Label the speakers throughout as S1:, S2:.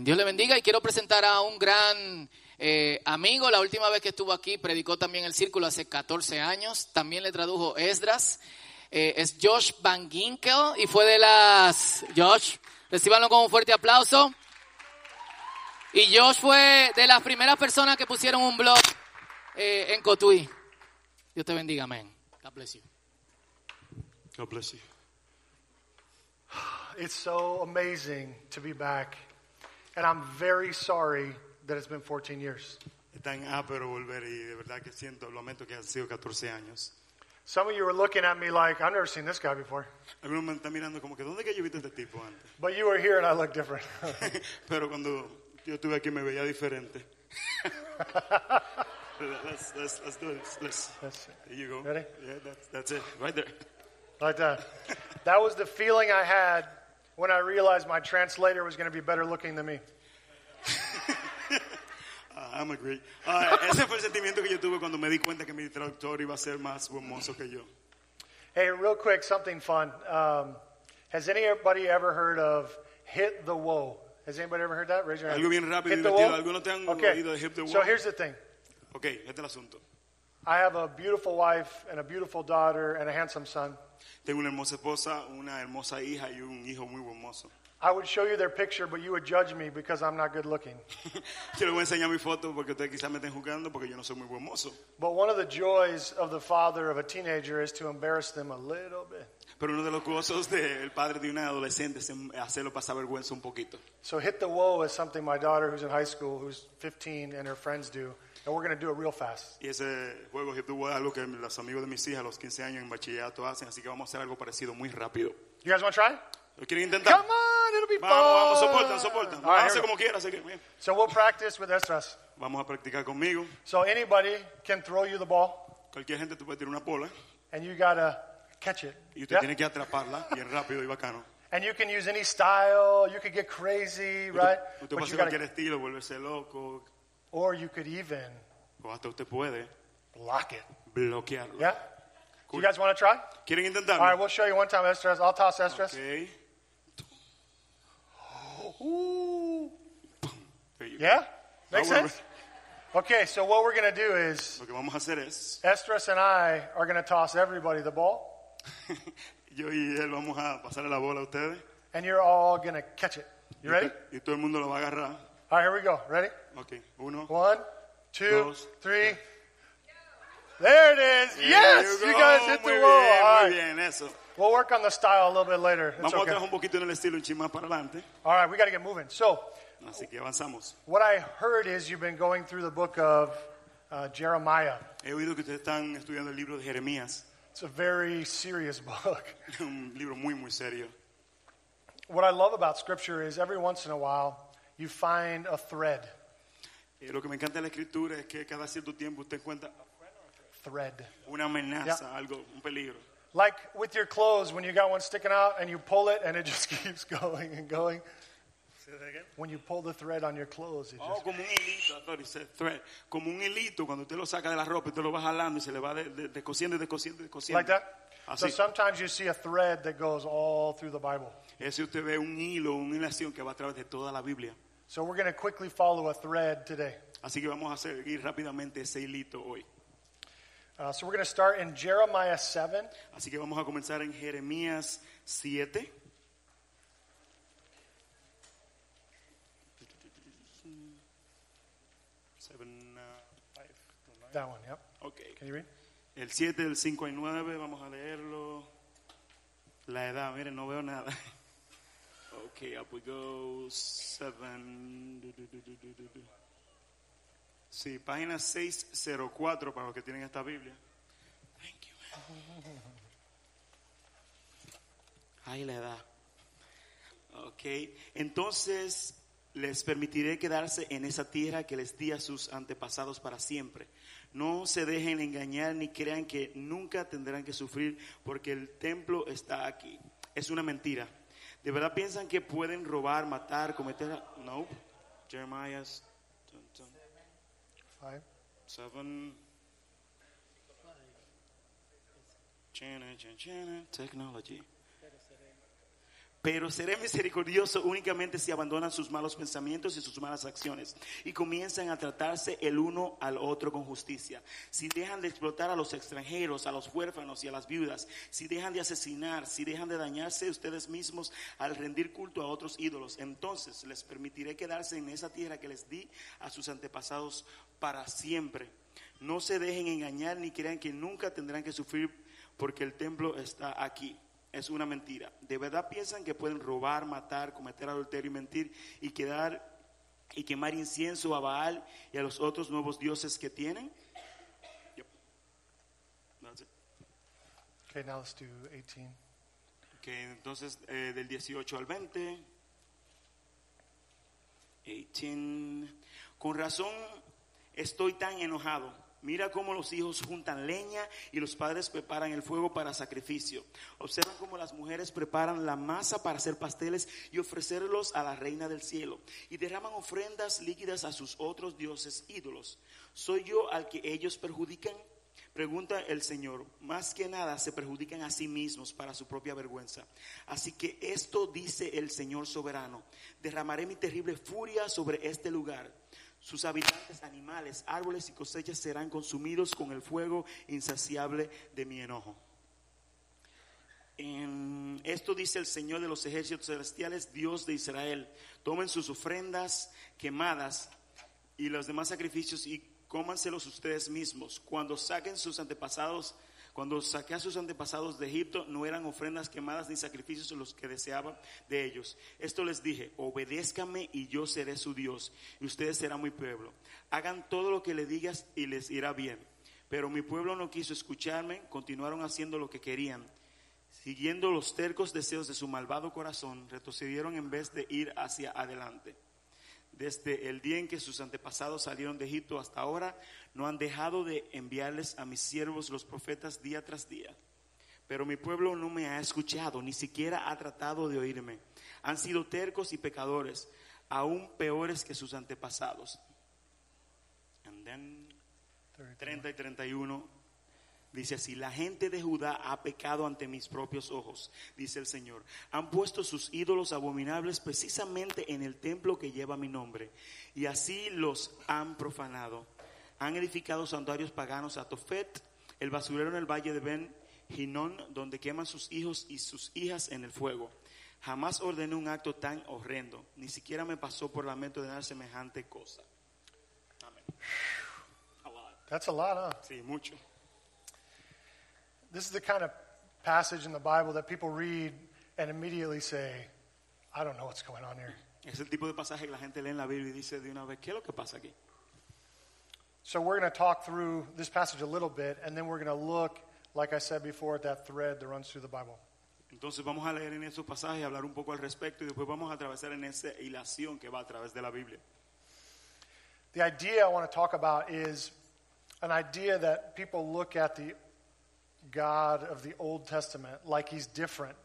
S1: Dios le bendiga y quiero presentar a un gran eh, amigo. La última vez que estuvo aquí predicó también el círculo hace 14 años. También le tradujo Esdras. Eh, es Josh Van Ginkel y fue de las... Josh, recibanlo con un fuerte aplauso. Y Josh fue de las primeras personas que pusieron un blog eh, en Cotuí. Dios te bendiga, amén. God bless you.
S2: God bless you.
S3: It's so amazing to be back. And I'm very sorry that it's been 14 years.
S2: Es tan ápero volver y de verdad que siento, lamento que han sido 14 años.
S3: Some of you are looking at me like, I've never seen this guy before.
S2: Algunos me están mirando como que, ¿dónde que yo he visto este tipo antes?
S3: But you were here and I look different.
S2: Pero cuando yo estuve aquí me veía diferente. let's, let's, let's do this. Let's,
S3: That's it.
S2: there you go.
S3: Ready?
S2: Yeah, that's, that's it. Right there.
S3: Like that. uh, That was the feeling I had when I realized my translator was going to be better looking than me.
S2: Ah, I'm a Greek. Ah, ese fue el sentimiento que yo tuve cuando me di cuenta que mi traductor iba a ser más hermoso que yo.
S3: Hey, real quick, something fun. Um, has anybody ever heard of hit the woe? Has anybody ever heard that? Raise your hand.
S2: Algo bien rápido y
S3: hit the
S2: divertido.
S3: woe?
S2: Algunos te han
S3: okay.
S2: oído de hit the
S3: So
S2: woe.
S3: here's the thing.
S2: Ok, este es el asunto.
S3: I have a beautiful wife and a beautiful daughter and a handsome son.
S2: Tengo una hermosa esposa, una hermosa hija y un hijo muy hermoso.
S3: I would show you their picture, but you would judge me because I'm not good looking.
S2: Yo les voy a enseñar mi foto porque ustedes quizás me estén jugando porque yo no soy muy buen mozo.
S3: But one of the joys of the father of a teenager is to embarrass them a little bit.
S2: Pero uno de los gozos del padre de una adolescente es em, hacerlo pasar vergüenza un poquito.
S3: So hit the woe is something my daughter, who's in high school, who's 15, and her friends do, and we're going to do it real fast.
S2: Y ese juego Hit the Wall es algo que los amigos de mis hijas a los 15 años en bachillerato hacen, así que vamos a hacer algo parecido muy rápido.
S3: You guys want to try? it?
S2: ¿Lo quieren
S3: Come
S2: intentar?
S3: on, it'll be fun.
S2: Vamos, vamos, soportan, soportan.
S3: All right, here
S2: Hace
S3: we go.
S2: como quieran, así que bien.
S3: So we'll practice with Estras.
S2: Vamos a practicar conmigo.
S3: So anybody can throw you the ball,
S2: Cualquier gente te puede tirar una pola
S3: and you got to catch it.
S2: y usted
S3: Yeah?
S2: tiene que atraparla bien rápido y bacano.
S3: And you can use any style. You could get crazy, right?
S2: Usted, usted puede
S3: But you
S2: hacer
S3: gotta-
S2: cualquier estilo, volverse loco,
S3: or you could even
S2: o hasta usted puede
S3: block it.
S2: bloquearlo.
S3: Yeah? Do
S2: Cool.
S3: you guys want to try?
S2: ¿Quieren
S3: All right,
S2: intentarlo?
S3: we'll show you one time Estres. I'll toss Estres.
S2: Ok.
S3: Ooh.
S2: There you go.
S3: Yeah? Makes
S2: Ah, bueno,
S3: sense? Okay, so what we're going to do is
S2: Lo que vamos a hacer es,
S3: Estres and I are going to toss everybody the ball,
S2: yo y él vamos a pasarle la bola a ustedes.
S3: and you're all going to catch it. You ready?
S2: Y todo el mundo lo va a agarrar.
S3: All right, here we go. Ready?
S2: Ok, uno.
S3: One, two,
S2: Dos.
S3: three. There it is.
S2: There
S3: Yes,
S2: go.
S3: you guys hit the
S2: Muy
S3: wall.
S2: bien,
S3: All
S2: muy
S3: right.
S2: bien, eso.
S3: We'll work on the style a little bit later. It's
S2: Vamos a
S3: okay.
S2: trabajar un poquito en el estilo, un chin más para adelante.
S3: All right, we got to get moving. So,
S2: Así que avanzamos.
S3: what I heard is you've been going through the book of uh, Jeremiah.
S2: He oído que ustedes están estudiando el libro de Jeremías,
S3: It's a very serious book.
S2: un libro muy, muy serio.
S3: What I love about Scripture is every once in a while you find a thread.
S2: Eh, lo que me encanta de la escritura es que cada cierto tiempo usted encuentra
S3: Thread.
S2: una amenaza, algo, un peligro.
S3: Like with your clothes, when you got one sticking out and you pull it and it just keeps going and going. When you pull the thread on your clothes, it
S2: Oh,
S3: just,
S2: como un hilito, I thought it said thread. como un hilito cuando usted lo saca de la ropa, usted lo va jalando y se le va de- de- descosiendo, y descosiendo, y descosiendo.
S3: like that. So
S2: Así.
S3: sometimes you see a thread that goes all through the Bible.
S2: Ese usted ve un hilo, una hilación que va a través de toda la Biblia.
S3: So we're going to quickly follow a thread today.
S2: Así que vamos a seguir rápidamente ese hilito hoy.
S3: Uh, so we're going to start in Jeremiah 7.
S2: Así que vamos a comenzar en Jeremías 7. Seven, uh, five, nine.
S3: That one, yep.
S2: Okay.
S3: Can you read?
S2: El 7, del 5 al 9, vamos a leerlo. La edad, miren, no veo nada. Ok, up we go. 7. Sí, página 604 para los que tienen esta Biblia. Thank you, man. Ay, la edad. Ok, entonces les permitiré quedarse en esa tierra que les di a sus antepasados para siempre. No se dejen engañar ni crean que nunca tendrán que sufrir porque el templo está aquí. Es una mentira. ¿De verdad piensan que pueden robar, matar, cometer? No. Jeremiah
S3: 5.
S2: 7. Chana, chana, chana, technology. Pero seré misericordioso únicamente si abandonan sus malos pensamientos y sus malas acciones y comienzan a tratarse el uno al otro con justicia. Si dejan de explotar a los extranjeros, a los huérfanos y a las viudas, si dejan de asesinar, si dejan de dañarse ustedes mismos al rendir culto a otros ídolos, entonces les permitiré quedarse en esa tierra que les di a sus antepasados para siempre. No se dejen engañar ni crean que nunca tendrán que sufrir porque el templo está aquí es una mentira. De verdad piensan que pueden robar, matar, cometer adulterio y mentir y quedar y quemar incienso a Baal y a los otros nuevos dioses que tienen. Yep. That's it.
S3: Okay, now let's do 18.
S2: Ok, entonces eh, del 18 al 20. 18. Con razón estoy tan enojado. Mira cómo los hijos juntan leña y los padres preparan el fuego para sacrificio. Observa cómo las mujeres preparan la masa para hacer pasteles y ofrecerlos a la reina del cielo. Y derraman ofrendas líquidas a sus otros dioses ídolos. ¿Soy yo al que ellos perjudican? Pregunta el Señor. Más que nada se perjudican a sí mismos para su propia vergüenza. Así que esto dice el Señor soberano. Derramaré mi terrible furia sobre este lugar. Sus habitantes, animales, árboles y cosechas serán consumidos con el fuego insaciable de mi enojo. En esto dice el Señor de los ejércitos celestiales, Dios de Israel. Tomen sus ofrendas quemadas y los demás sacrificios y cómanselos ustedes mismos. Cuando saquen sus antepasados, cuando saqué a sus antepasados de Egipto, no eran ofrendas quemadas ni sacrificios los que deseaban de ellos. Esto les dije, obedézcame y yo seré su Dios, y ustedes serán mi pueblo. Hagan todo lo que le digas y les irá bien. Pero mi pueblo no quiso escucharme, continuaron haciendo lo que querían. Siguiendo los tercos deseos de su malvado corazón, retrocedieron en vez de ir hacia adelante. Desde el día en que sus antepasados salieron de Egipto hasta ahora, no han dejado de enviarles a mis siervos los profetas día tras día. Pero mi pueblo no me ha escuchado, ni siquiera ha tratado de oírme. Han sido tercos y pecadores, aún peores que sus antepasados. And then, 30 y 31 Dice así, la gente de Judá ha pecado ante mis propios ojos, dice el Señor. Han puesto sus ídolos abominables precisamente en el templo que lleva mi nombre, y así los han profanado. Han edificado santuarios paganos a Tofet, el basurero en el valle de Ben Hinón, donde queman sus hijos y sus hijas en el fuego. Jamás ordené un acto tan horrendo, ni siquiera me pasó por la mente de dar semejante cosa. Amén. A lot.
S3: That's a lot, huh?
S2: Sí, mucho.
S3: This is the kind of passage in the Bible that people read and immediately say, I don't know what's going on here.
S2: Es el tipo de pasaje que la gente lee en la Biblia y dice de una vez, ¿qué es lo que pasa aquí?
S3: So we're going to talk through this passage a little bit, and then we're going to look, like I said before, at that thread that runs through the Bible.
S2: Entonces vamos a leer en esos pasajes, hablar un poco al respecto y después vamos a atravesar en esa hilación que va a través de la Biblia.
S3: The idea I want to talk about is an idea that people look at the God of the Old Testament like he's different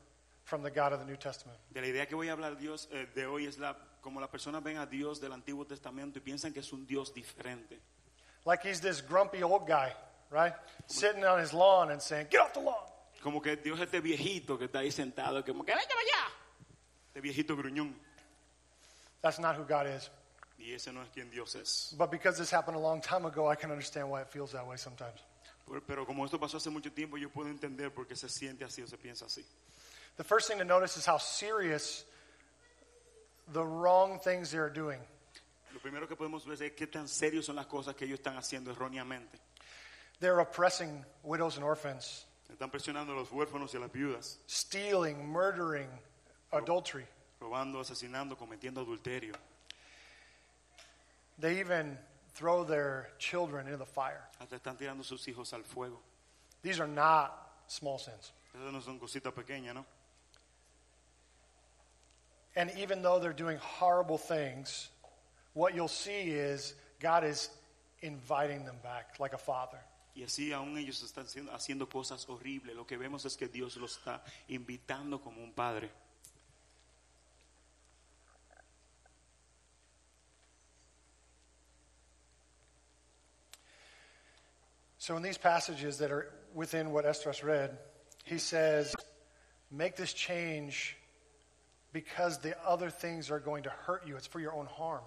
S3: from the God of the New Testament.
S2: De la idea que voy a hablar Dios eh, de hoy es la como las personas ven a Dios del Antiguo Testamento y piensan que es un Dios diferente.
S3: Like he's this grumpy old guy, right? Sitting on his lawn and saying, Get off the lawn.
S2: Como que Dios es este viejito que está ahí sentado, como que vete para allá. Este viejito gruñón.
S3: That's not who God is.
S2: Y ese no es quien Dios es.
S3: But because this happened a long time ago, I can understand why it feels that way sometimes.
S2: Por- Pero como esto pasó hace mucho tiempo, yo puedo entender por qué se siente así o se piensa así.
S3: The first thing to notice is how serious the wrong things they're doing.
S2: Lo primero que podemos ver es qué tan serios son las cosas que ellos están haciendo erróneamente.
S3: They're oppressing widows and orphans,
S2: Están presionando a los huérfanos y a las viudas,
S3: stealing, murdering, adultery.
S2: robando, asesinando, cometiendo adulterio.
S3: They even throw their children into the fire.
S2: Hasta están tirando sus hijos al fuego.
S3: These are not small sins.
S2: Esas no son cositas pequeñas, ¿no?
S3: And even though they're doing horrible things, what you'll see is God is inviting them back like a father.
S2: Y así aún ellos están haciendo, haciendo cosas horribles. Lo que vemos es que Dios los está invitando como un padre.
S3: So in these passages that are within what Esdras read, he says, "Make this change because the other things are going to hurt you. It's for your own harm.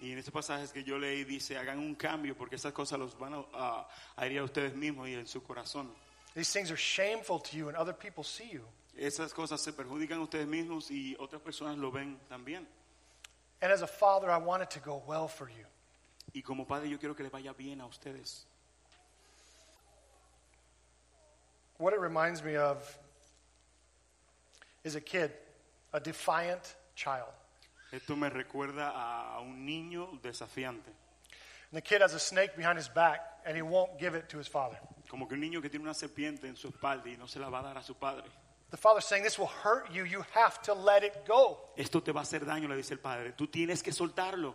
S2: Y en estos pasajes que yo leí dice, hagan un cambio porque esas cosas los van a, a, a herir a ustedes mismos y en su corazón.
S3: These things are shameful to you, and other people see you.
S2: Esas cosas se perjudican a ustedes mismos y otras personas lo ven también.
S3: And as a father, I want it to go well for you.
S2: Y como padre yo quiero que les vaya bien a ustedes.
S3: What it reminds me of is a kid, a defiant child.
S2: Esto me recuerda a un niño desafiante.
S3: And the kid has a snake behind his back, and he won't give it to his father.
S2: Como que un niño que tiene una serpiente en su espalda y no se la va a dar a su padre.
S3: The father's saying, This will hurt you. You have to let it go.
S2: Esto te va a hacer daño, le dice el padre. Tú tienes que soltarlo.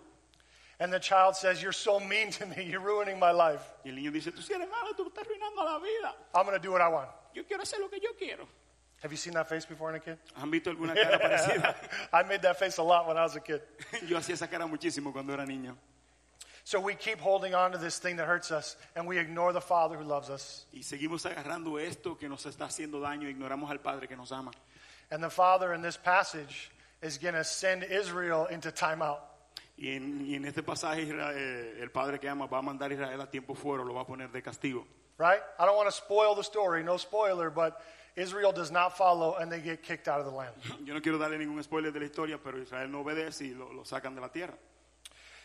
S3: And the child says, You're so mean to me. You're ruining my life.
S2: Y el niño dice, tú sí eres malo, tú me estás arruinando la vida.
S3: I'm going to do what I want.
S2: Yo quiero hacer lo que yo quiero.
S3: Have you seen that face before in a kid?
S2: ¿Han visto alguna cara parecida?
S3: I made that face a lot when I was a kid.
S2: Yo hacía esa cara muchísimo cuando era niño.
S3: So we keep holding on to this thing that hurts us, and we ignore the father who loves us.
S2: Y seguimos agarrando esto que nos está haciendo daño, ignoramos al Padre que nos ama.
S3: And the father in this passage is going to send Israel into timeout.
S2: Y en, y en este pasaje Isra- eh, el Padre que ama va a mandar a Israel a tiempo fuera, lo va a poner de castigo.
S3: Right? I don't want to spoil the story, no spoiler, but Israel does not follow and they get kicked out of the land.
S2: Yo no quiero darle ningún spoiler de la historia, pero Israel no obedece y lo, lo sacan de la tierra.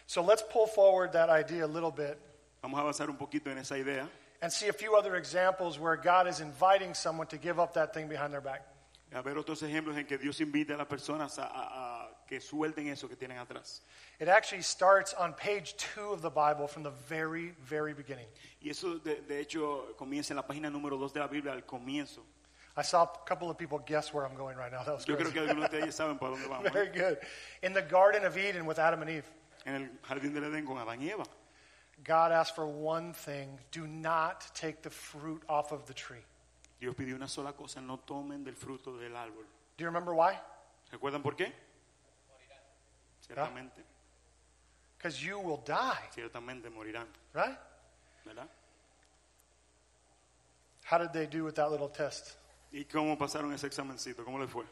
S3: So let's pull forward that idea a little bit
S2: Vamos a avanzar un poquito en esa idea.
S3: and see a few other examples where God is inviting someone to give up that thing behind their back.
S2: A ver otros ejemplos en que Dios invita a las personas a, a- a que suelten eso que tienen atrás.
S3: It actually starts on page two of the Bible from the very, very beginning.
S2: Y eso, de, de hecho, comienza en la página número 2 de la Biblia, al comienzo.
S3: I saw a couple of people guess where I'm going right now. That was
S2: Yo creo
S3: crazy.
S2: que algunos de ustedes saben para dónde vamos.
S3: Very
S2: ¿eh?
S3: good. In the Garden of Eden with Adam and Eve,
S2: En el jardín del Edén con Adán y Eva.
S3: God asked for one thing do not take the fruit off of the tree.
S2: Dios pidió una sola cosa, no tomen del fruto del árbol.
S3: Do you remember why?
S2: ¿Recuerdan por qué? Ciertamente,
S3: Because you will die,
S2: ciertamente morirán,
S3: right?
S2: ¿verdad?
S3: How did they do with that little test?
S2: ¿Y cómo pasaron ese examencito? ¿Cómo les fue?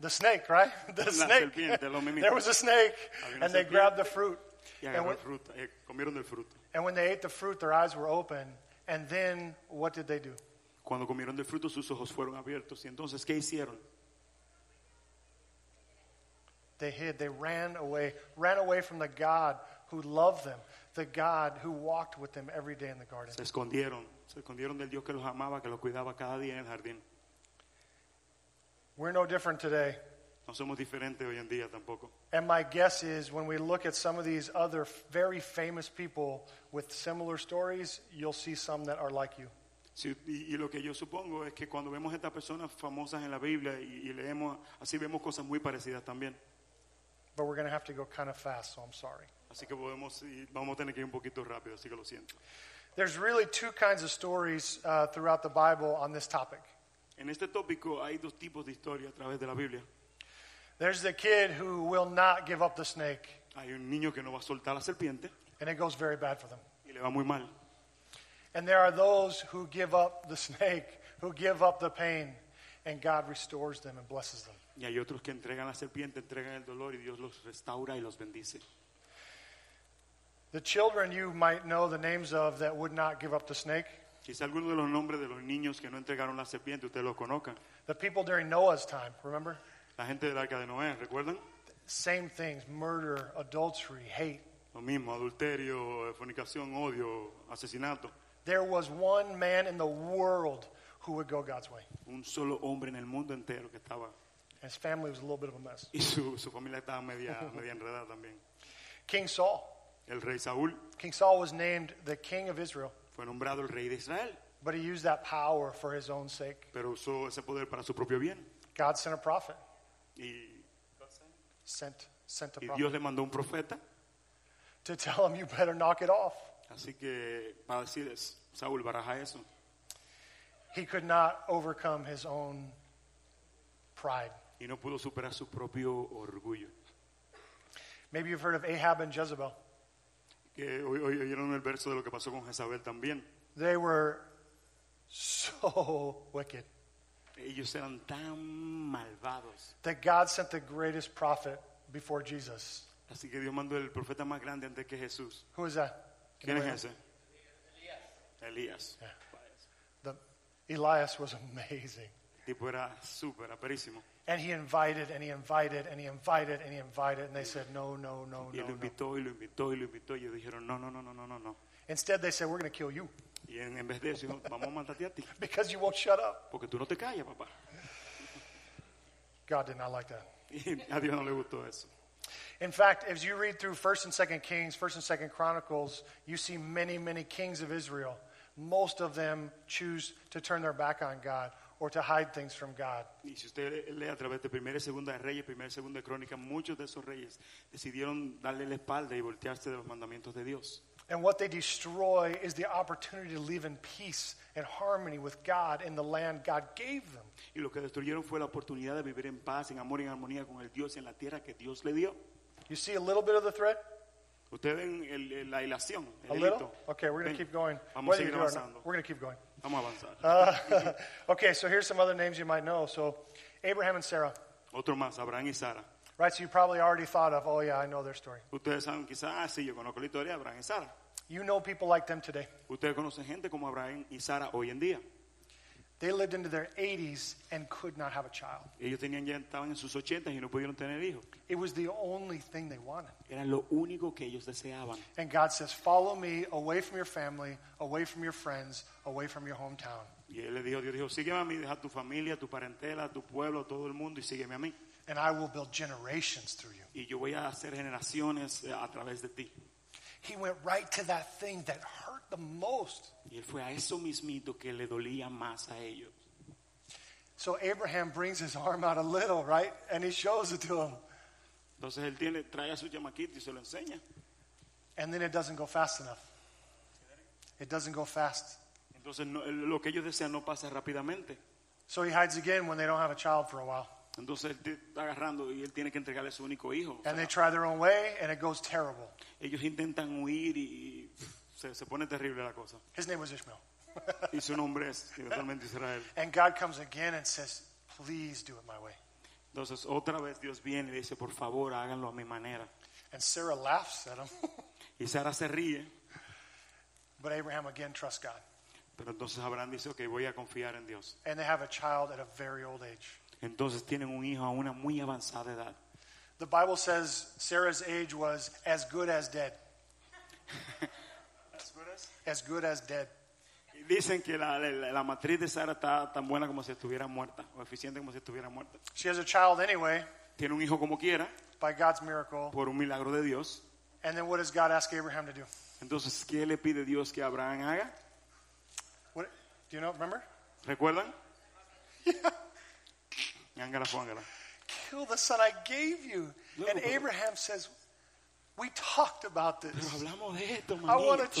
S3: The snake, right? The
S2: La
S3: snake.
S2: serpiente, lo mismo.
S3: there was a snake,
S2: Había una
S3: and they
S2: serpiente.
S3: grabbed the fruit.
S2: Y
S3: And
S2: agarró
S3: when,
S2: el fruto, eh, comieron del fruto.
S3: and when they ate the fruit, their eyes were open. And then what did they do?
S2: Cuando comieron del fruto, sus ojos fueron abiertos. ¿Y entonces qué hicieron?
S3: They hid. They ran away, ran away from the God who loved them, the God who walked with them every day in the garden.
S2: Se escondieron. Se escondieron del Dios que los amaba, que los cuidaba cada día en el jardín.
S3: We're no different today.
S2: No somos diferentes hoy en día tampoco.
S3: And my guess is when we look at some of these other f- very famous people with similar stories, you'll see some that are like you.
S2: Sí, y, y lo que yo supongo es que cuando vemos estas personas famosas en la Biblia y, y leemos, así vemos cosas muy parecidas también.
S3: But we're going to have to go kind of fast, so I'm sorry.
S2: Así que podemos, y vamos a tener que ir un poquito rápido, así que lo siento.
S3: There's really two kinds of stories uh, throughout the Bible on this topic.
S2: En este tópico hay dos tipos de historia a través de la Biblia.
S3: There's the kid who will not give up the snake,
S2: Hay un niño que no va a soltar la serpiente
S3: and it goes very bad for them.
S2: y le va muy mal.
S3: And there are those who give up the snake, who give up the pain, and God restores them and blesses them.
S2: Y hay otros que entregan la serpiente, entregan el dolor y Dios los restaura y los bendice.
S3: The children you might know the names of that would not give up the snake,
S2: Quizá algunos de los nombres de los niños que no entregaron la serpiente, ustedes los conozcan.
S3: the people during Noah's time, remember?
S2: La gente del arca de Noé, ¿recuerdan?
S3: Same things murder, adultery, hate.
S2: Lo mismo, adulterio, eh, fornicación, odio, asesinato.
S3: There was one man in the world who would go God's way.
S2: Un solo hombre en el mundo entero que estaba.
S3: And his family was a little bit of a mess.
S2: Y su, su familia estaba media, media enredada también.
S3: King Saul.
S2: El rey Saúl
S3: King Saul was named the king of Israel,
S2: fue nombrado el rey de Israel,
S3: but he used that power for his own sake.
S2: pero usó ese poder para su propio bien.
S3: God sent a prophet.
S2: Y
S3: Sent, sent a
S2: Y
S3: prophet
S2: Dios le mandó un profeta,
S3: to tell him, you better knock it off.
S2: así que para decirles, Saúl baraja eso.
S3: He could not overcome his own pride.
S2: Y no pudo superar su propio orgullo.
S3: Maybe you've heard of Ahab and Jezebel.
S2: Que hoy, hoy oyeron el verso de lo que pasó con Jezabel también.
S3: They were so wicked.
S2: Ellos eran tan malvados.
S3: that God sent the greatest prophet before Jesus.
S2: Así que Dios mandó el profeta más grande antes que Jesús.
S3: Who is that?
S2: ¿Quién es ese? Elías. Ah.
S3: The, Elias was amazing.
S2: El tipo era súper, aperísimo.
S3: And he invited and he invited and he invited and he invited and they said no no no
S2: Y
S3: no.
S2: lo
S3: no.
S2: invitó y lo invitó y lo invitó. Y ellos dijeron, no, no, no, no, no, no, no.
S3: Instead they said we're going to kill you
S2: Y en, en vez de eso, dijo, vamos a matarte a ti.
S3: because you won't shut up.
S2: Porque tú no te callas, papá.
S3: God did not like that.
S2: Y a Dios no le gustó eso.
S3: In fact, as you read through 1st and 2nd Kings, 1st and 2nd Chronicles, you see many many kings of Israel. Most of them choose to turn their back on God or to hide things from God.
S2: Y si usted lee a través de Primera y Segunda de Reyes, Primera y Segunda de Crónica, muchos de esos reyes decidieron darle la espalda y voltearse de los mandamientos de Dios.
S3: And what they destroy is the opportunity to live in peace and harmony with God in the land God gave them.
S2: Y lo que destruyeron fue la oportunidad de vivir en paz, en amor y en armonía con el Dios en la tierra que Dios le dio.
S3: You see a little bit of the thread?
S2: Ustedes ven el- el- la ilación, el
S3: A
S2: hilito.
S3: little? Okay, we're going
S2: Ven,
S3: to keep going.
S2: Vamos a
S3: Whether you
S2: seguir
S3: do or not,
S2: avanzando.
S3: we're going to keep going.
S2: Vamos a avanzar.
S3: Uh, okay, so here's some other names you might know. So, Abraham and Sarah,
S2: Otro más, Abraham y Sara.
S3: right? So, you probably already thought of, oh, yeah, I know their story.
S2: Ustedes saben quizás, ah, sí, yo conozco la historia de Abraham y Sara.
S3: You know people like them today.
S2: Ustedes conocen gente como Abraham y Sara hoy en día.
S3: They lived into their 80s and could not have a child.
S2: Ellos tenían ya estaban en sus 80 y no pudieron tener hijos.
S3: It was the only thing they wanted.
S2: Era lo único que ellos deseaban.
S3: And God says, Follow me away from your family, away from your friends, away from your hometown.
S2: Y él le dijo, Dios dijo, sígueme a mí, deja tu familia, tu parentela, tu pueblo, todo el mundo y sígueme a mí.
S3: and I will build generations through you.
S2: Y yo voy a hacer generaciones eh, a través de ti.
S3: He went right to that thing that hurt the most.
S2: Y él fue a eso mismito que le dolía más a ellos.
S3: So Abraham brings his arm out a little, right? And he shows it to him.
S2: Entonces él tiene, trae a su chamaquito y se lo enseña.
S3: And then it doesn't go fast enough. It doesn't go fast.
S2: Entonces no- lo que ellos desean no pasa rápidamente.
S3: So he hides again when they don't have a child for a while.
S2: Entonces él te- está agarrando y él tiene que entregarle a su único hijo. O sea,
S3: And they try their own way, and it goes terrible.
S2: ellos intentan huir y, y, pff, se, se pone terrible la cosa.
S3: His name was Ishmael.
S2: Y su nombre es eventualmente Israel.
S3: and God comes again and says, Please do it my way.
S2: Entonces otra vez Dios viene y le dice, por favor, háganlo a mi manera.
S3: And Sarah laughs at him.
S2: Y Sara se ríe,
S3: but Abraham again trusts God.
S2: pero entonces Abraham dice, ok, voy a confiar en Dios.
S3: And they have a child at a very old age.
S2: Entonces tienen un hijo a una muy avanzada edad.
S3: The Bible says Sarah's age was as good as dead. As good as dead.
S2: Y Dicen que la, la- la matriz de Sara está tan buena como si estuviera muerta, o eficiente como si estuviera muerta.
S3: She has a child anyway
S2: Tiene un hijo como quiera,
S3: by God's miracle.
S2: por un milagro de Dios.
S3: And then what does God ask Abraham to do?
S2: Entonces, ¿qué le pide Dios que Abraham haga?
S3: What, do you know? Remember?
S2: ¿Recuerdan? Ñangala, fuángala.
S3: Kill the son I gave you.
S2: No,
S3: and
S2: but-
S3: Abraham says, "We talked about this.
S2: Pero hablamos de esto,
S3: I want a
S2: manito.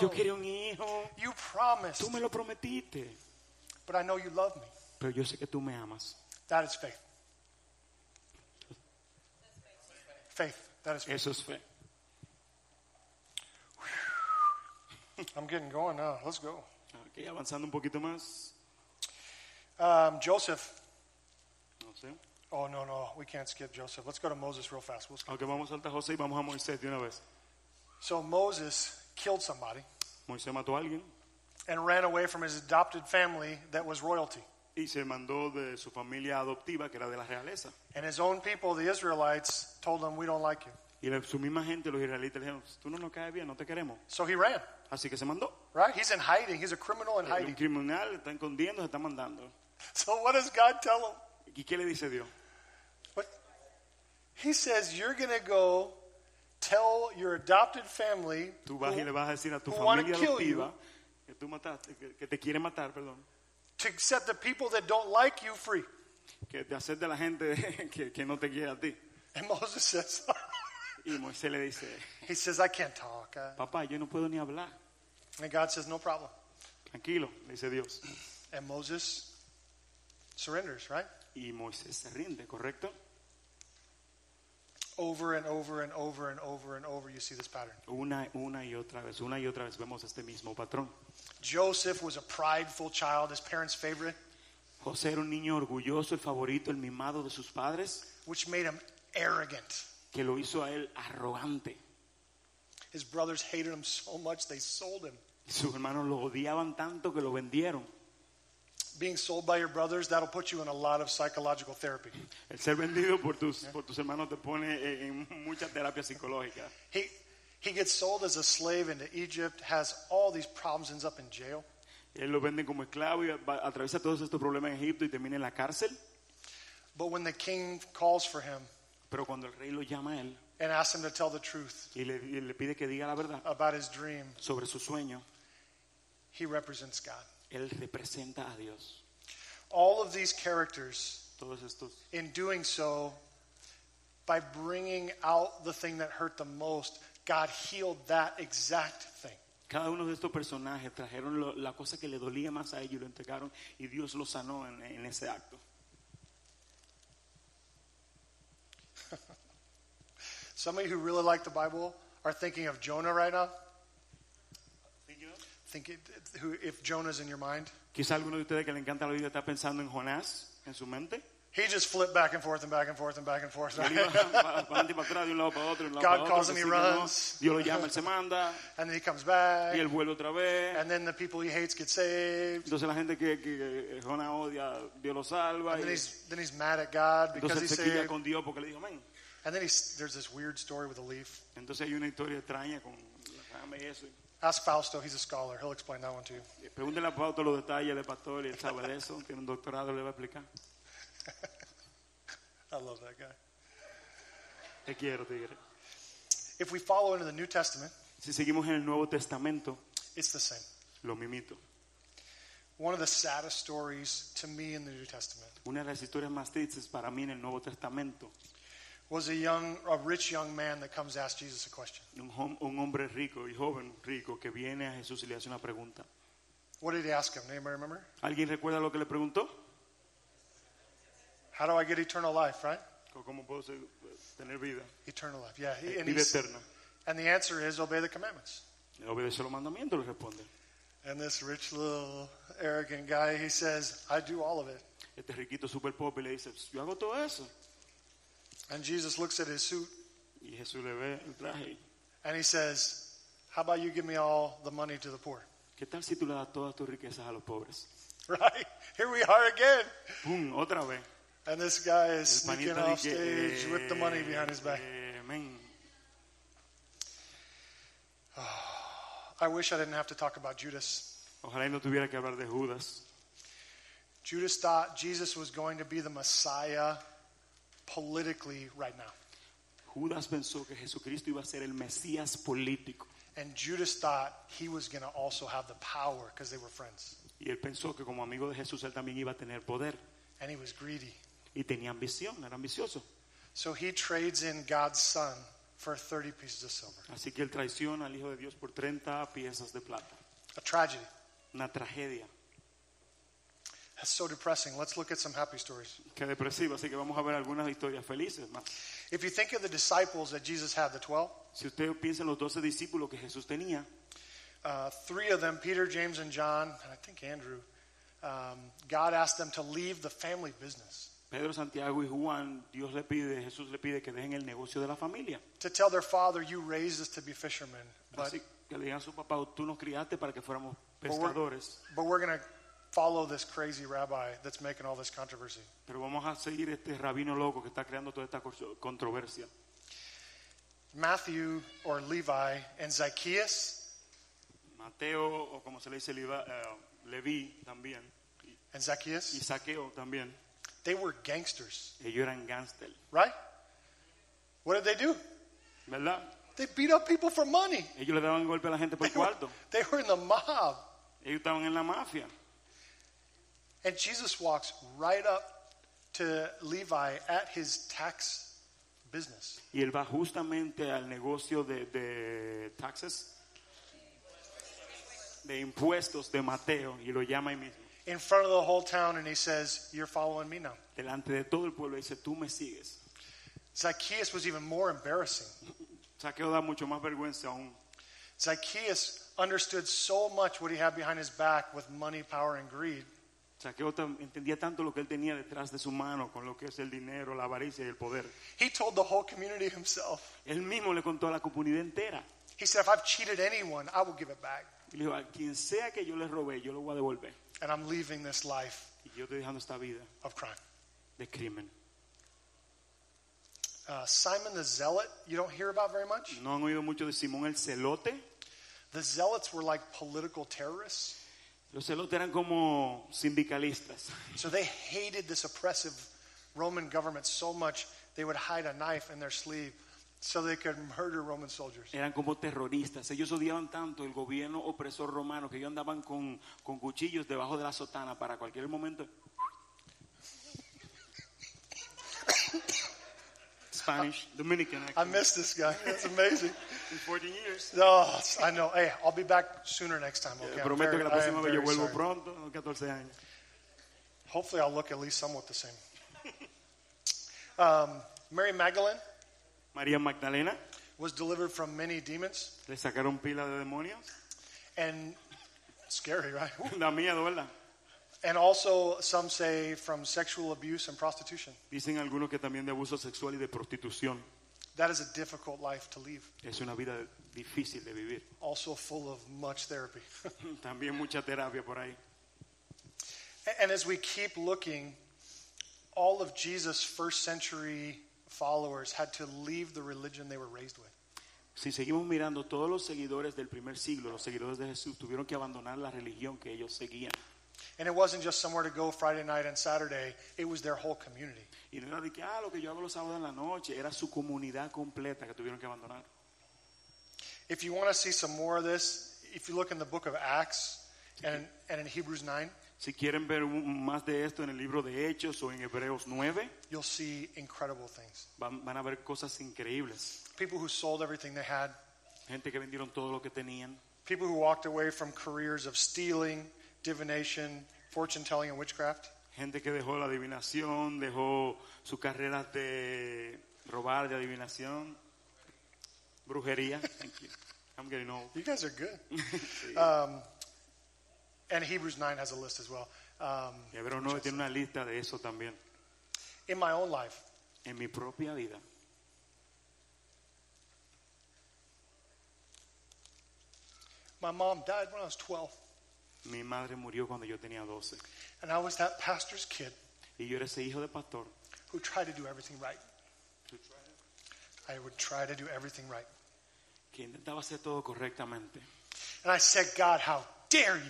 S2: Yo
S3: child.
S2: quería un hijo.
S3: You promised,
S2: Tú me lo prometiste.
S3: but I know you love me."
S2: Pero yo sé que tú me amas.
S3: That is faith. Faith. That is faith.
S2: Eso es fe.
S3: I'm getting going now. Let's go.
S2: Ok, avanzando un poquito más.
S3: Um, Joseph.
S2: No sé.
S3: Oh, no, no, we can't skip Joseph. Let's go to Moses real fast. We'll skip.
S2: Aunque vamos a saltar José y vamos a Moisés de una vez.
S3: So Moses killed somebody
S2: Moisés mató a alguien
S3: and ran away from his adopted family that was royalty.
S2: y se mandó de su familia adoptiva, que era de la realeza.
S3: And his own people, the Israelites, told him, We don't like you.
S2: Y la- su misma gente, los israelitas, le dijeron, tú no nos caes bien, no te queremos.
S3: So he ran,
S2: Así que se mandó.
S3: right? He's in hiding. He's a criminal in
S2: El
S3: hiding.
S2: criminal está escondiendo, se está mandando.
S3: So what does God tell him?
S2: ¿Y qué le dice Dios?
S3: What? He says, You're going to go tell your adopted family
S2: Tú vas y le vas a decir a tu
S3: who wanna
S2: familia
S3: kill
S2: adoptiva que tú mataste, que, que te quiere matar, perdón,
S3: to set the people that don't like you free.
S2: que te haces de la gente que, que no te quiere a ti.
S3: And Moses says,
S2: Y Moisés le dice,
S3: He says, I can't talk. Uh,
S2: papá, yo no puedo ni hablar.
S3: and God says, No problem.
S2: Tranquilo, le dice Dios.
S3: And Moses surrenders, right?
S2: Y Moisés se rinde, ¿correcto?
S3: Over and over and over and over and over, you see this pattern.
S2: Una, una y otra vez, una y otra vez vemos este mismo patrón.
S3: Joseph was a prideful child, his parents' favorite.
S2: José era un niño orgulloso, el favorito, el mimado de sus padres,
S3: which made him arrogant.
S2: que lo hizo a él arrogante.
S3: His brothers hated him so much they sold him.
S2: Sus hermanos lo odiaban tanto que lo vendieron.
S3: Being sold by your brothers, that'll put you in a lot of psychological therapy.
S2: El ser vendido por tus, por tus hermanos te pone en, en mucha terapia psicológica.
S3: He, he gets sold as a slave into Egypt, has all these problems, ends up in jail.
S2: Él lo venden como esclavo y va- atraviesa todos estos problemas en Egipto y termina en la cárcel.
S3: But when the king calls for him
S2: Pero cuando el rey lo llama a él
S3: and asks him to tell the truth
S2: y le, y le pide que diga la verdad
S3: about his dream,
S2: sobre su sueño,
S3: he represents God.
S2: él representa a Dios.
S3: All of these characters,
S2: Todos estos.
S3: in doing so, by bringing out the thing that hurt the most, God healed that exact thing.
S2: Cada uno de estos personajes trajeron lo- la cosa que le dolía más a ellos y lo entregaron y Dios lo sanó en, en ese acto.
S3: Some of you who really like the Bible are thinking of Jonah right now. Think it, who, if Jonah's in your mind,
S2: Quizá alguno de ustedes que le encanta la Biblia está pensando en Jonás en su mente.
S3: he just flipped back and forth and back and forth and back and forth.
S2: Él iba para adelante y para atrás, de un lado para otro, de un lado para
S3: God
S2: otro,
S3: calls him,
S2: que
S3: he
S2: sí, que no.
S3: runs.
S2: Dios lo llama, él se manda
S3: and then he comes
S2: y
S3: back,
S2: él vuelve otra vez.
S3: and then the people he hates get saved.
S2: Entonces la gente que, que Jonás odia, Dios lo salva.
S3: And
S2: Y
S3: then he's then he's mad at God because
S2: entonces
S3: he's
S2: se quilla
S3: saved.
S2: con Dios porque le dijo, amén.
S3: And then he's, there's this weird story with a leaf.
S2: Entonces hay una historia extraña con la rama y eso.
S3: Ask Fausto; he's a scholar. He'll explain that one to you.
S2: Y Pregúntele a Pau todos los detalles del pastor y él sabe de eso. Tiene un doctorado, le va a explicar.
S3: I love that guy.
S2: Te quiero, tigre.
S3: If we follow into the New Testament,
S2: Si seguimos en el Nuevo Testamento,
S3: it's the same.
S2: lo mimito.
S3: One of the saddest stories to me in the New Testament
S2: Una de las historias más tristes para mí en el Nuevo Testamento,
S3: was a young, a rich young man that comes to ask Jesus a question.
S2: un, hom- un hombre rico y joven rico que viene a Jesús y le hace una pregunta.
S3: What did he ask him? Anybody remember?
S2: ¿Alguien recuerda lo que le preguntó?
S3: How do I get eternal life? Right?
S2: ¿O ¿Cómo puedo ser- tener vida? Eh,
S3: Eternal life. Yeah. He- and,
S2: Vida
S3: he's-
S2: eterna.
S3: and the answer is obey the commandments.
S2: Obedece los mandamientos, le responde.
S3: And this rich little arrogant guy, he says, "I do all of it."
S2: Este riquito super pop y le dice, yo hago todo eso.
S3: And Jesus looks at his suit
S2: Y Jesús le ve el traje.
S3: and he says, "How about you give me all the money to the poor?"
S2: ¿Qué tal si tú le das todas tus riquezas a los pobres?
S3: Right? Here we are again.
S2: ¡Pum! Otra vez.
S3: And this guy is
S2: El
S3: sneaking
S2: panita
S3: off
S2: dice,
S3: stage with the money
S2: "Eh,
S3: behind his back.
S2: eh, men,
S3: I wish I didn't have to talk about Judas.
S2: Ojalá y no tuviera que hablar de Judas.
S3: Judas thought Jesus was going to be the Messiah politically right now.
S2: Judas pensó que Jesucristo iba a ser el Mesías político.
S3: And Judas thought he was going to also have the power because they were friends.
S2: Y él pensó que como amigo de Jesús él también iba a tener poder.
S3: And he was greedy.
S2: Y tenía ambición, era ambicioso.
S3: So he trades in God's son for 30 pieces of silver.
S2: Así que él traiciona al Hijo de Dios por 30 piezas de plata.
S3: A tragedy.
S2: Una tragedia.
S3: That's so depressing. Let's look at some happy stories.
S2: Qué depresivo. Así que vamos a ver algunas historias felices más.
S3: If you think of the disciples that Jesus had, the 12,
S2: Si usted piensa en los 12 discípulos que Jesús tenía,
S3: uh, three of them, Peter, James, and John, and I think Andrew, um, God asked them to leave the family business
S2: Pedro, Santiago y Juan, Dios le pide, Jesús le pide que dejen el negocio de la familia.
S3: to tell their father, You raised us to be fishermen, but,
S2: Así que le digan a su papá, tú nos criaste para que fuéramos
S3: we're-
S2: pescadores,
S3: but we're going to follow this crazy rabbi that's making all this controversy.
S2: pero vamos a seguir este rabino loco que está creando toda esta cor- controversia.
S3: Matthew or Levi and Zacchaeus,
S2: Mateo, o como se le dice, Liva- eh, Leví también, y
S3: and Zacchaeus,
S2: Saqueo también,
S3: they were gangsters,
S2: ellos eran gángster,
S3: right? What did they do?
S2: ¿verdad?
S3: They beat up people for money.
S2: Ellos le daban golpe a la gente por
S3: They were,
S2: cuarto,
S3: they were in the mob.
S2: ellos estaban en la mafia.
S3: And Jesus walks right up to Levi at his tax business.
S2: Y él va justamente al negocio de, de taxes, de impuestos de Mateo, y lo llama ahí mismo.
S3: in front of the whole town and he says, You're following me now.
S2: Delante de todo el pueblo dice, tú me sigues.
S3: Zacchaeus was even more embarrassing.
S2: Saqueo da mucho más vergüenza aún.
S3: Zacchaeus understood so much what he had behind his back with money, power, and greed
S2: Saqueo tam- entendía tanto lo que él tenía detrás de su mano con lo que es el dinero, la avaricia y el poder.
S3: He told the whole community himself.
S2: Él mismo le contó a la comunidad entera.
S3: He said, If I've cheated anyone, I will give it back.
S2: Y le dijo, a quien sea que yo le robé, yo lo voy a devolver.
S3: And I'm leaving this life
S2: Y yo estoy dejando esta vida
S3: of crime.
S2: de crimen.
S3: Uh, Simon the Zealot, you don't hear about very much.
S2: No han oído mucho de Simón el celote.
S3: The Zealots were like political terrorists.
S2: Los celotes eran como sindicalistas.
S3: So they hated this oppressive Roman government so much they would hide a knife in their sleeve so they could murder Roman soldiers.
S2: Eran como terroristas. Ellos odiaban tanto el gobierno opresor romano que ellos andaban con, con cuchillos debajo de la sotana para cualquier momento. Spanish, Dominican.
S3: I
S2: actually.
S3: miss this guy. That's amazing.
S2: In 14 years.
S3: Oh, I know. Hey, I'll be back sooner next time.
S2: Eh,
S3: Okay, I'm
S2: Prometo que
S3: very-
S2: la
S3: I am
S2: próxima vez yo
S3: very
S2: vuelvo
S3: sorry.
S2: pronto, a los 14 años.
S3: Hopefully, I'll look at least somewhat the same. Um, Mary Magdalene
S2: María Magdalena,
S3: was delivered from many demons,
S2: le sacaron pila de demonios.
S3: and scary, right? Ooh.
S2: La miedo, ¿verdad?
S3: And also, some say from sexual abuse and prostitution.
S2: Dicen algunos que también de abuso sexual y de prostitución.
S3: That is a difficult life to leave.
S2: Es una vida difícil de vivir.
S3: Also, full of much therapy.
S2: También mucha terapia por ahí.
S3: And as we keep looking, all of Jesus' first century followers had to leave the religion they were raised with.
S2: Si seguimos mirando, todos los seguidores del primer siglo, los seguidores de Jesús, tuvieron que abandonar la religión que ellos seguían.
S3: And it wasn't just somewhere to go Friday night and Saturday, it was their whole community.
S2: Y no era de que, ah, lo que yo hago los sábados en la noche, era su comunidad completa que tuvieron que abandonar.
S3: If you want to see some more of this, if you look in the book of Acts and, and in Hebrews 9,
S2: Si quieren ver un- más de esto en el libro de Hechos o en Hebreos 9,
S3: you'll see incredible things.
S2: van, van a ver cosas increíbles.
S3: People who sold everything they had,
S2: Gente que vendieron todo lo que tenían,
S3: people who walked away from careers of stealing, divination, fortune telling, and witchcraft.
S2: gente que dejó la adivinación, dejó sus carreras de robar, de adivinación, brujería. Thank you. I'm getting old.
S3: You guys are good.
S2: Sí.
S3: Um, and Hebrews 9 has a list as well. Um,
S2: Y Hebreos 9 tiene una lista de eso también.
S3: in my own life,
S2: en mi propia vida.
S3: my mom died when I was 12,
S2: Mi madre murió cuando yo tenía 12
S3: and I was that pastor's kid
S2: y yo era ese hijo de pastor.
S3: who tried to do everything right. I would try to do everything right.
S2: Que intentaba hacer todo correctamente.
S3: And I said, God, how dare you?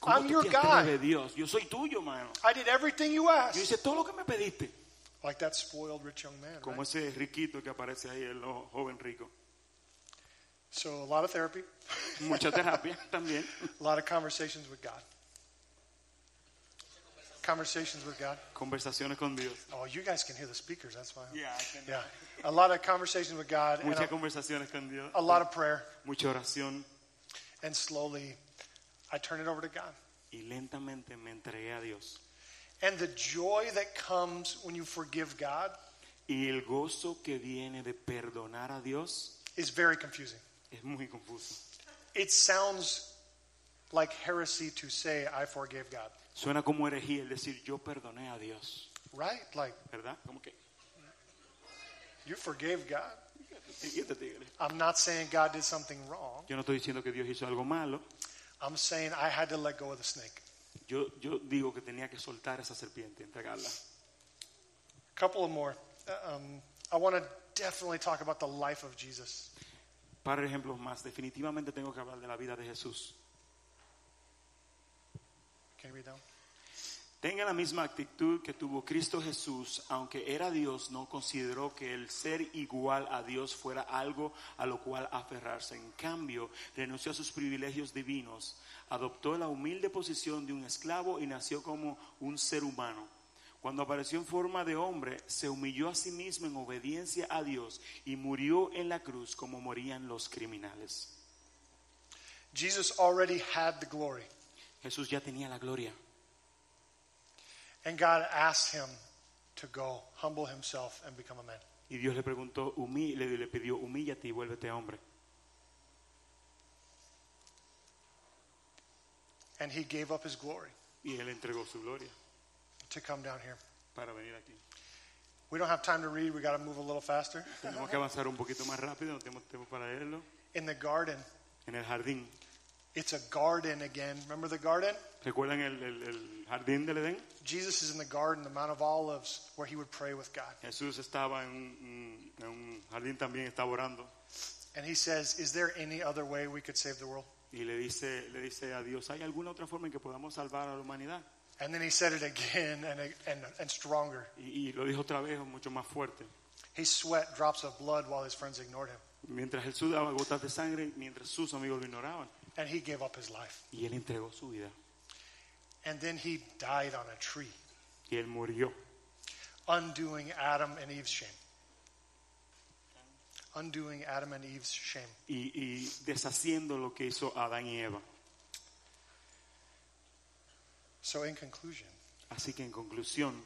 S2: Como
S3: I'm
S2: tú
S3: your
S2: te
S3: guy.
S2: atreves, Dios, yo soy tuyo, mano.
S3: I did everything you
S2: Yo
S3: asked.
S2: hice todo lo que me pediste.
S3: Like that spoiled rich young man.
S2: Como
S3: right?
S2: ese riquito que aparece ahí, el jo- joven rico.
S3: So a lot of therapy,
S2: Mucha terapia también.
S3: a lot of conversations with God. Conversations with God.
S2: Conversaciones con Dios.
S3: Oh, you guys can hear the speakers. That's why. Yeah.
S2: Yeah.
S3: A lot of conversations with God and
S2: Muchas
S3: a,
S2: conversaciones con Dios.
S3: a lot of prayer.
S2: Mucha oración.
S3: And slowly, I turn it over to God.
S2: Y lentamente me entregué a Dios.
S3: And the joy that comes when you forgive God
S2: Y el gozo que viene de perdonar a Dios
S3: is very confusing.
S2: es muy confuso.
S3: It sounds like heresy to say, I forgave God.
S2: Suena como herejía el decir yo perdoné a Dios,
S3: Right? Like,
S2: ¿verdad? Como que
S3: you forgave God.
S2: "Y este tigre".
S3: I'm not saying God did something wrong.
S2: Yo no estoy diciendo que Dios hizo algo malo.
S3: I'm saying I had to let go of the snake.
S2: Yo, yo digo que tenía que soltar esa serpiente, entregarla.
S3: A couple of more. Uh, Um, I want to definitely talk about the life of Jesus.
S2: Para ejemplos más, definitivamente tengo que hablar de la vida de Jesús.
S3: Can you read down?
S2: Tenga la misma actitud que tuvo Cristo Jesús, aunque era Dios, no consideró que el ser igual a Dios fuera algo a lo cual aferrarse. En cambio, renunció a sus privilegios divinos, adoptó la humilde posición de un esclavo y nació como un ser humano. Cuando apareció en forma de hombre, se humilló a sí mismo en obediencia a Dios y murió en la cruz como morían los criminales.
S3: Jesus already had the glory,
S2: Jesús ya tenía la gloria.
S3: and God asked him to go humble himself and become a man.
S2: Y Dios le preguntó, humí- le, le pidió, humíllate y vuélvete hombre.
S3: And he gave up his glory
S2: y Y Él entregó su gloria
S3: to come down here.
S2: para venir aquí.
S3: We don't have time to read. We got to move a little faster.
S2: Tenemos que avanzar un poquito más rápido, no tenemos tiempo para leerlo.
S3: In the garden,
S2: En el jardín.
S3: it's a garden again. Remember the garden?
S2: ¿Recuerdan el, el- el jardín del Edén?
S3: Jesus is in the garden, the Mount of Olives, where he would pray with God.
S2: Jesús estaba en un, un- en un jardín también, estaba orando.
S3: And he says, Is there any other way we could save the world?
S2: Y le dice, le dice a Dios, ¿hay alguna otra forma en que podamos salvar a la humanidad?
S3: And then he said it again and, and, and stronger.
S2: Y, y lo dijo otra vez, mucho más fuerte.
S3: His sweat drops of blood while his friends ignored him.
S2: Mientras él sudaba gotas de sangre, mientras sus amigos lo ignoraban.
S3: And he gave up his life.
S2: Y él entregó su vida.
S3: And then he died on a tree,
S2: Y él murió.
S3: undoing Adam and Eve's shame. Undoing Adam and Eve's shame.
S2: Y, y deshaciendo lo que hizo Adán y Eva.
S3: So, in conclusion,
S2: Así que en conclusión,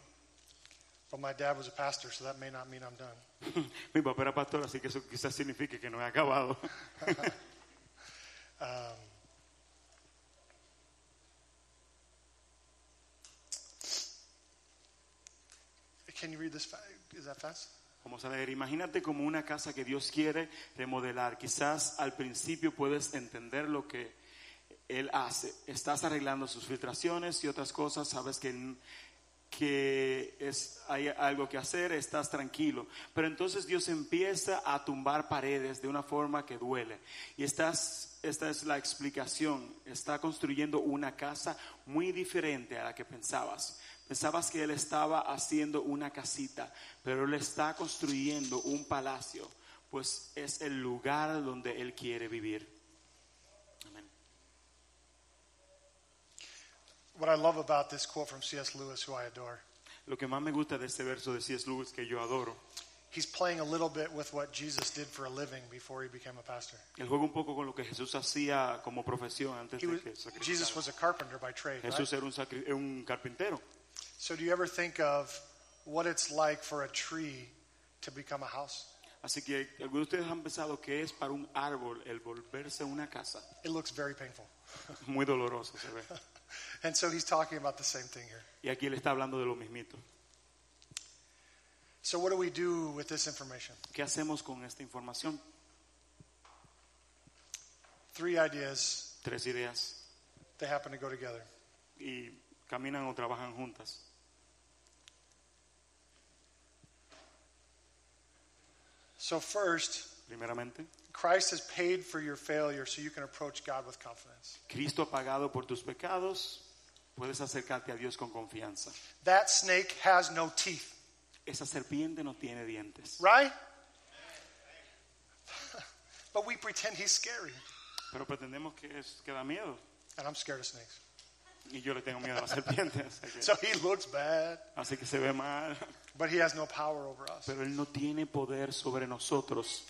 S3: well, my dad was a pastor, so that may not mean I'm done.
S2: mi papá era pastor, así que eso quizás signifique que no he acabado.
S3: Um, can you read this? Fa- is that fast?
S2: Vamos a leer, imagínate como una casa que Dios quiere remodelar. Quizás al principio puedes entender lo que Él hace. Estás arreglando sus filtraciones y otras cosas, sabes que, que es, hay algo que hacer, estás tranquilo. Pero entonces Dios empieza a tumbar paredes de una forma que duele. Y estás, esta es la explicación. Está construyendo una casa muy diferente a la que pensabas. Pensabas que él estaba haciendo una casita, pero él está construyendo un palacio, pues es el lugar donde él quiere vivir. Amén.
S3: What I love about this quote from C.S. Lewis, who I adore,
S2: Lo que más me gusta de este verso de C.S. Lewis que yo adoro,
S3: he's playing a little bit with what Jesus did for a living before he became a pastor.
S2: él juega un poco con lo que Jesús hacía como profesión antes
S3: He was,
S2: de que sacrificara.
S3: Jesus was a carpenter by trade. Right?
S2: Jesús era un, sacri- eh, un carpintero.
S3: So, do you ever think of what it's like for a tree to become a house?
S2: Así que algunos de ustedes han pensado que es para un árbol el volverse una casa.
S3: It looks very painful.
S2: Muy doloroso se ve.
S3: And so, he's talking about the same thing here.
S2: Y aquí él está hablando de lo mismito.
S3: So, what do we do with this information?
S2: ¿Qué hacemos con esta información?
S3: Three ideas
S2: Tres ideas.
S3: They happen to go together.
S2: y caminan o trabajan juntas.
S3: So, first,
S2: Primeramente,
S3: Christ has paid for your failure so you can approach God with confidence.
S2: Cristo ha pagado por tus pecados, puedes acercarte a Dios con confianza.
S3: That snake has no teeth,
S2: Esa serpiente no tiene dientes,
S3: right? but we pretend he's scary.
S2: pero pretendemos que, es, que da miedo.
S3: And I'm scared of snakes.
S2: Y yo le tengo miedo a las serpientes, así que,
S3: So he looks bad,
S2: así que se ve mal.
S3: but he has no power over us.
S2: Pero Él no tiene poder sobre nosotros.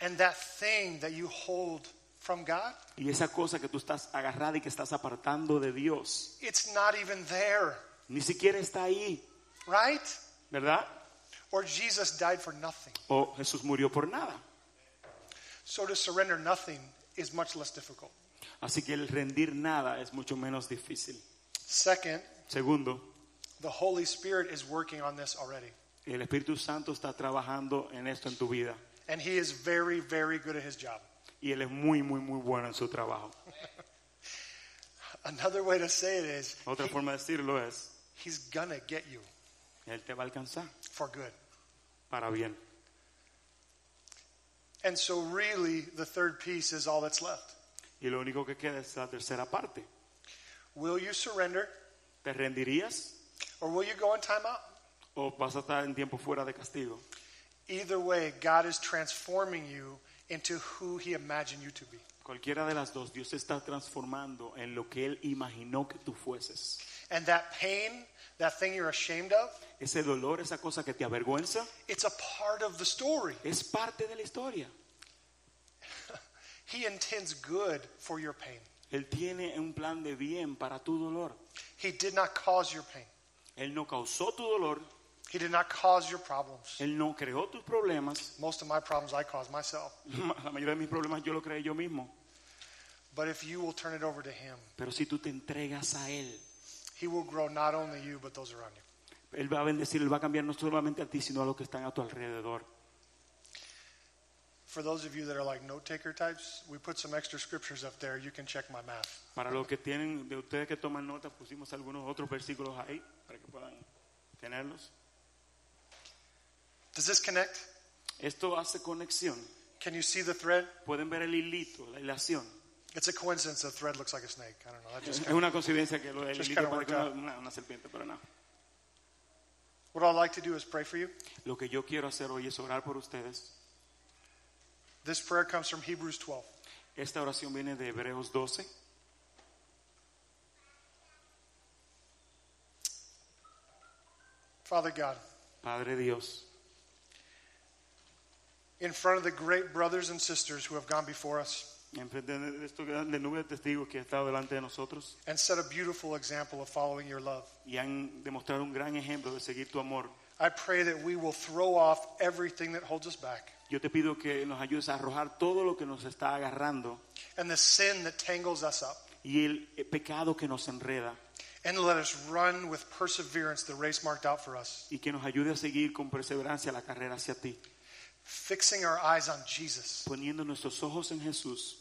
S3: And that thing that you hold from God,
S2: Y esa cosa que tú estás agarrada y que estás apartando de Dios,
S3: it's not even there,
S2: ni siquiera está ahí,
S3: right?
S2: ¿verdad?
S3: Or Jesus died for nothing.
S2: O Jesús murió por nada.
S3: So to surrender nothing is much less difficult.
S2: Así que el rendir nada es mucho menos difícil.
S3: Second,
S2: Segundo,
S3: The Holy Spirit is working on this already.
S2: El Espíritu Santo está trabajando en esto en tu vida.
S3: And he is very, very good at his job.
S2: Y Él es muy, muy, muy bueno en su trabajo.
S3: Another way to say it is
S2: Otra forma de decirlo es,
S3: he's going to get you
S2: Él te va a alcanzar
S3: for good.
S2: para bien.
S3: And so, really, the third piece is all that's left.
S2: Y lo único que queda es la tercera parte.
S3: Will you surrender
S2: ¿Te rendirías
S3: or will you go on timeout?
S2: o vas a estar en tiempo fuera de castigo?
S3: Either way, God is transforming you into who he imagined you to be.
S2: Cualquiera de las dos, Dios te está transformando en lo que Él imaginó que tú fueses.
S3: And that pain, that thing you're ashamed of,
S2: Ese dolor, esa cosa que te avergüenza,
S3: it's a part of the story.
S2: es parte de la historia.
S3: He intends good for your pain.
S2: Él tiene un plan de bien para tu dolor.
S3: He did not cause your pain,
S2: Él no causó tu dolor,
S3: He did not cause your problems.
S2: Él no creó tus problemas.
S3: Most of my problems I cause myself.
S2: La mayoría de mis problemas yo lo creé yo mismo.
S3: But if you will turn it over to Him,
S2: Pero si tú te entregas a Él,
S3: He will grow not only you, but those around you.
S2: Él va a bendecir, Él va a cambiar no solamente a ti, sino a los que están a tu alrededor.
S3: For those of you that are like note taker types, we put some extra scriptures up there. You can check my math.
S2: Para los que tienen, de ustedes que toman notas, pusimos algunos otros versículos ahí para que puedan tenerlos.
S3: Does this connect?
S2: Esto hace conexión.
S3: Can you see the thread?
S2: Pueden ver el hilito, la hilación.
S3: It's a coincidence the thread looks like a snake. I don't know. That just
S2: Es una coincidencia que lo el
S3: Just
S2: hilito
S3: kinda
S2: parece una,
S3: worked
S2: una- una serpiente, pero no.
S3: What I'd like to do is pray for you.
S2: Lo que yo quiero hacer hoy es orar por ustedes.
S3: This prayer comes from Hebrews 12.
S2: Esta oración viene de Hebreos 12.
S3: Father God,
S2: Padre Dios,
S3: in front of the great brothers and sisters who have gone before us
S2: enfrente de esta grande nube de testigos que ha estado delante de nosotros
S3: and set a beautiful example of following your love,
S2: y han demostrado un gran ejemplo de seguir tu amor,
S3: I pray that we will throw off everything that holds us back
S2: yo te pido que nos ayudes a arrojar todo lo que nos está agarrando
S3: and the sin that tangles us up.
S2: y el eh, pecado que nos enreda
S3: And let us run with perseverance the race marked out for us,
S2: y que nos ayude a seguir con perseverancia la carrera hacia ti,
S3: fixing our eyes on Jesus,
S2: poniendo nuestros ojos en Jesús,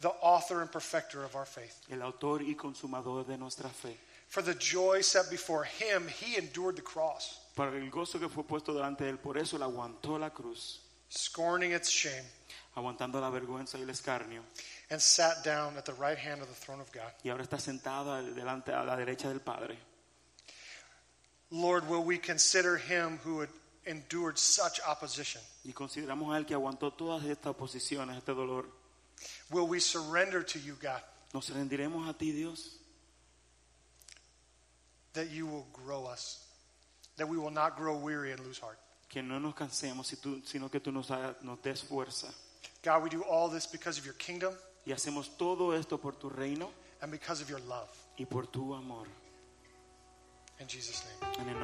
S3: the author and perfecter of our faith.
S2: el autor y consumador de nuestra fe.
S3: For the joy set before him, he endured the cross,
S2: Para el gozo que fue puesto delante de él, por eso él aguantó la cruz,
S3: scorning its shame,
S2: aguantando la vergüenza y el escarnio,
S3: and sat down at the right hand of the throne of God.
S2: y ahora está sentado al- delante a la derecha del Padre.
S3: Lord, will we consider him who had endured such opposition?
S2: Y consideramos a él que aguantó todas estas oposiciones, este dolor.
S3: Will we surrender to you, God,
S2: Nos rendiremos a ti, Dios,
S3: that you will grow us, that we will not grow weary and lose heart?
S2: que no nos cansemos, si tú- sino que tú nos, hagas- nos des fuerza.
S3: God, we do all this because of your kingdom
S2: Y hacemos todo esto por tu reino
S3: and because of your love.
S2: y por tu amor.
S3: In Jesus' name.
S2: En el